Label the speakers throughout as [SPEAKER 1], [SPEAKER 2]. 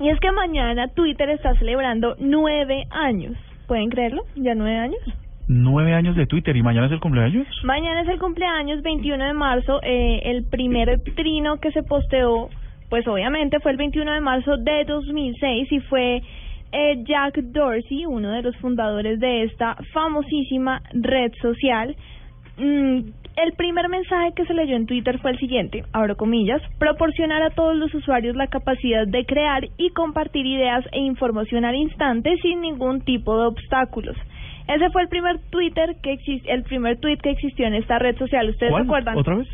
[SPEAKER 1] Y es que mañana Twitter está celebrando nueve años. ¿Pueden creerlo? ¿Ya nueve años?
[SPEAKER 2] Nueve años de Twitter y mañana es el cumpleaños.
[SPEAKER 1] Mañana es el cumpleaños, 21 de marzo. eh, el primer trino que se posteó, pues obviamente fue el 21 de marzo de 2006 y fue eh, Jack Dorsey, uno de los fundadores de esta famosísima red social. Mm, el primer mensaje que se leyó en Twitter fue el siguiente, abro comillas, proporcionar a todos los usuarios la capacidad de crear y compartir ideas e información al instante sin ningún tipo de obstáculos. Ese fue el primer Twitter que exis- el primer tweet que existió en esta red social. ¿Ustedes
[SPEAKER 2] ¿Cuál?
[SPEAKER 1] recuerdan?
[SPEAKER 2] ¿Otra vez?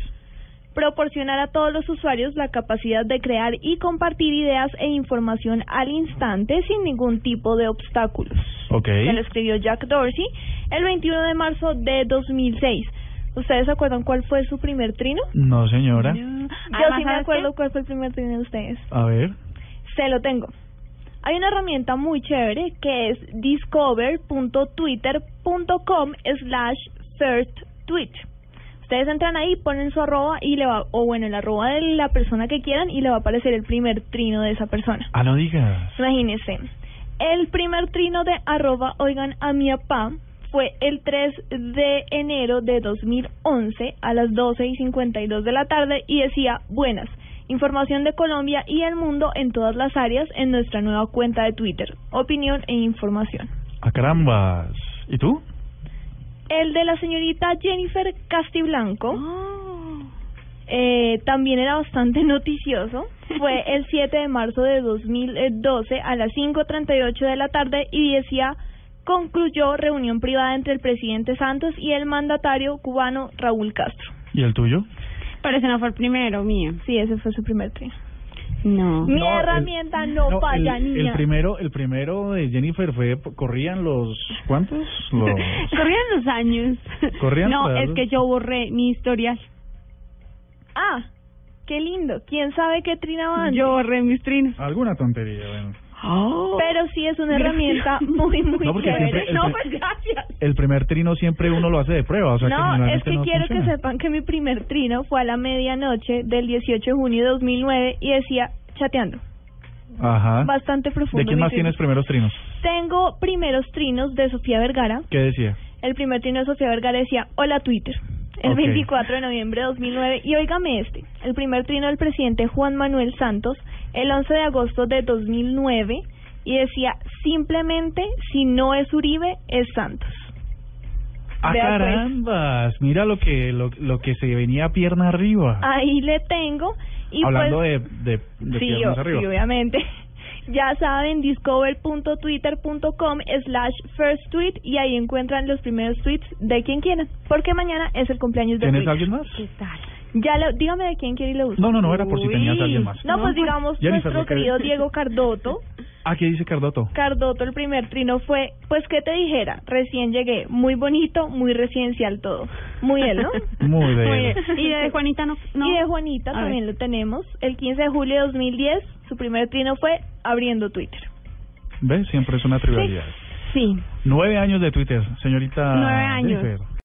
[SPEAKER 1] proporcionar a todos los usuarios la capacidad de crear y compartir ideas e información al instante sin ningún tipo de obstáculos.
[SPEAKER 2] Ok.
[SPEAKER 1] Se lo escribió Jack Dorsey el 21 de marzo de 2006. ¿Ustedes se acuerdan cuál fue su primer trino?
[SPEAKER 2] No, señora.
[SPEAKER 3] Mm,
[SPEAKER 1] Yo sí me acuerdo cuál fue el primer trino de ustedes.
[SPEAKER 2] A ver.
[SPEAKER 1] Se lo tengo. Hay una herramienta muy chévere que es discover.twitter.com slash first tweet. Ustedes entran ahí, ponen su arroba y le va, o bueno, el arroba de la persona que quieran y le va a aparecer el primer trino de esa persona.
[SPEAKER 2] Ah, no digas.
[SPEAKER 1] Imagínense. El primer trino de arroba, oigan a mi papá, fue el 3 de enero de 2011 a las 12 y 52 de la tarde y decía, buenas, información de Colombia y el mundo en todas las áreas en nuestra nueva cuenta de Twitter, opinión e información.
[SPEAKER 2] A Ah, carambas. ¿Y tú?
[SPEAKER 1] El de la señorita Jennifer Castiblanco.
[SPEAKER 3] Ah. Oh.
[SPEAKER 1] eh, también era bastante noticioso. Fue el 7 de marzo de 2012 a las 5.38 de la tarde y decía, concluyó reunión privada entre el presidente Santos y el mandatario cubano Raúl Castro.
[SPEAKER 2] ¿Y el tuyo?
[SPEAKER 3] Pero ese no fue el primero mío.
[SPEAKER 1] Sí, ese fue su primer trino.
[SPEAKER 3] No.
[SPEAKER 1] Mi
[SPEAKER 2] No, el-
[SPEAKER 1] herramienta no,
[SPEAKER 2] el-
[SPEAKER 1] falla,
[SPEAKER 2] el,
[SPEAKER 1] niña.
[SPEAKER 2] primero, el primero de Jennifer fue corrían los ¿cuántos? Los
[SPEAKER 3] Corrían los años.
[SPEAKER 2] Corrían
[SPEAKER 3] No,
[SPEAKER 2] los
[SPEAKER 3] es
[SPEAKER 2] años.
[SPEAKER 3] que yo borré mi historial.
[SPEAKER 1] Ah, qué lindo. ¿Quién sabe qué trinaba antes?
[SPEAKER 3] Yo borré mis trinos.
[SPEAKER 2] alguna tontería, bueno.
[SPEAKER 3] Oh.
[SPEAKER 1] Pero sí es una herramienta muy, muy
[SPEAKER 2] No, porque
[SPEAKER 1] chévere.
[SPEAKER 2] siempre- el-
[SPEAKER 3] No, pues gracias.
[SPEAKER 2] El primer trino siempre uno lo hace de prueba, o sea que
[SPEAKER 1] no, es
[SPEAKER 2] generalmente
[SPEAKER 1] que
[SPEAKER 2] no
[SPEAKER 1] quiero que
[SPEAKER 2] funciona.
[SPEAKER 1] sepan que mi primer trino fue a la medianoche del 18 de junio de 2009 y decía chateando.
[SPEAKER 2] Ajá.
[SPEAKER 1] Bastante profundo.
[SPEAKER 2] Ah. ¿De quién
[SPEAKER 1] mi
[SPEAKER 2] más
[SPEAKER 1] trino.
[SPEAKER 2] tienes primeros trinos?
[SPEAKER 1] Tengo primeros trinos de Sofía Vergara.
[SPEAKER 2] ¿Qué decía?
[SPEAKER 1] El primer trino de Sofía Vergara decía, hola Twitter. El
[SPEAKER 2] Ok.
[SPEAKER 1] 24 de noviembre de 2009. Y óigame este. El primer trino del presidente Juan Manuel Santos el 11 de agosto de 2009 y decía, simplemente si no es Uribe, es Santos.
[SPEAKER 2] Ah,
[SPEAKER 1] Vea, pues.
[SPEAKER 2] carambas, mira lo que lo, lo que se venía pierna arriba.
[SPEAKER 1] Ahí le tengo. Ah, Y
[SPEAKER 2] Ah. Hablando
[SPEAKER 1] pues,
[SPEAKER 2] de de, de
[SPEAKER 1] sí,
[SPEAKER 2] piernas
[SPEAKER 1] o-
[SPEAKER 2] arriba.
[SPEAKER 1] sí, obviamente. Ya saben, discover.twitter.com slash first tweet y ahí encuentran los primeros tweets de quien quieran. Porque mañana es el cumpleaños de
[SPEAKER 2] ¿Tienes
[SPEAKER 1] Twitter.
[SPEAKER 2] alguien más?
[SPEAKER 3] ¿Qué tal?
[SPEAKER 1] Ya lo- dígame de quién quiere y lo uso.
[SPEAKER 2] No, no, no, era por si tenías a alguien más.
[SPEAKER 1] No, pues digamos
[SPEAKER 2] Jennifer,
[SPEAKER 1] nuestro
[SPEAKER 2] lo que-
[SPEAKER 1] querido Diego Cardoto.
[SPEAKER 2] Ah, ¿qué dice Cardoto?
[SPEAKER 1] Cardoto, el primer trino fue, pues, ¿qué te dijera? Recién llegué. Muy bonito, muy residencial todo. Muy él, ¿no?
[SPEAKER 2] Muy de
[SPEAKER 3] Oye,
[SPEAKER 2] él.
[SPEAKER 3] ¿Y de Juanita no? no?
[SPEAKER 1] Y de Juanita
[SPEAKER 3] A ver.
[SPEAKER 1] también lo tenemos. El 15 de julio de 2010, su primer trino fue abriendo Twitter.
[SPEAKER 2] ¿Ves? Siempre es una trivialidad.
[SPEAKER 3] Sí.
[SPEAKER 2] Nueve años de Twitter, señorita.
[SPEAKER 3] Nueve años.
[SPEAKER 2] Jennifer.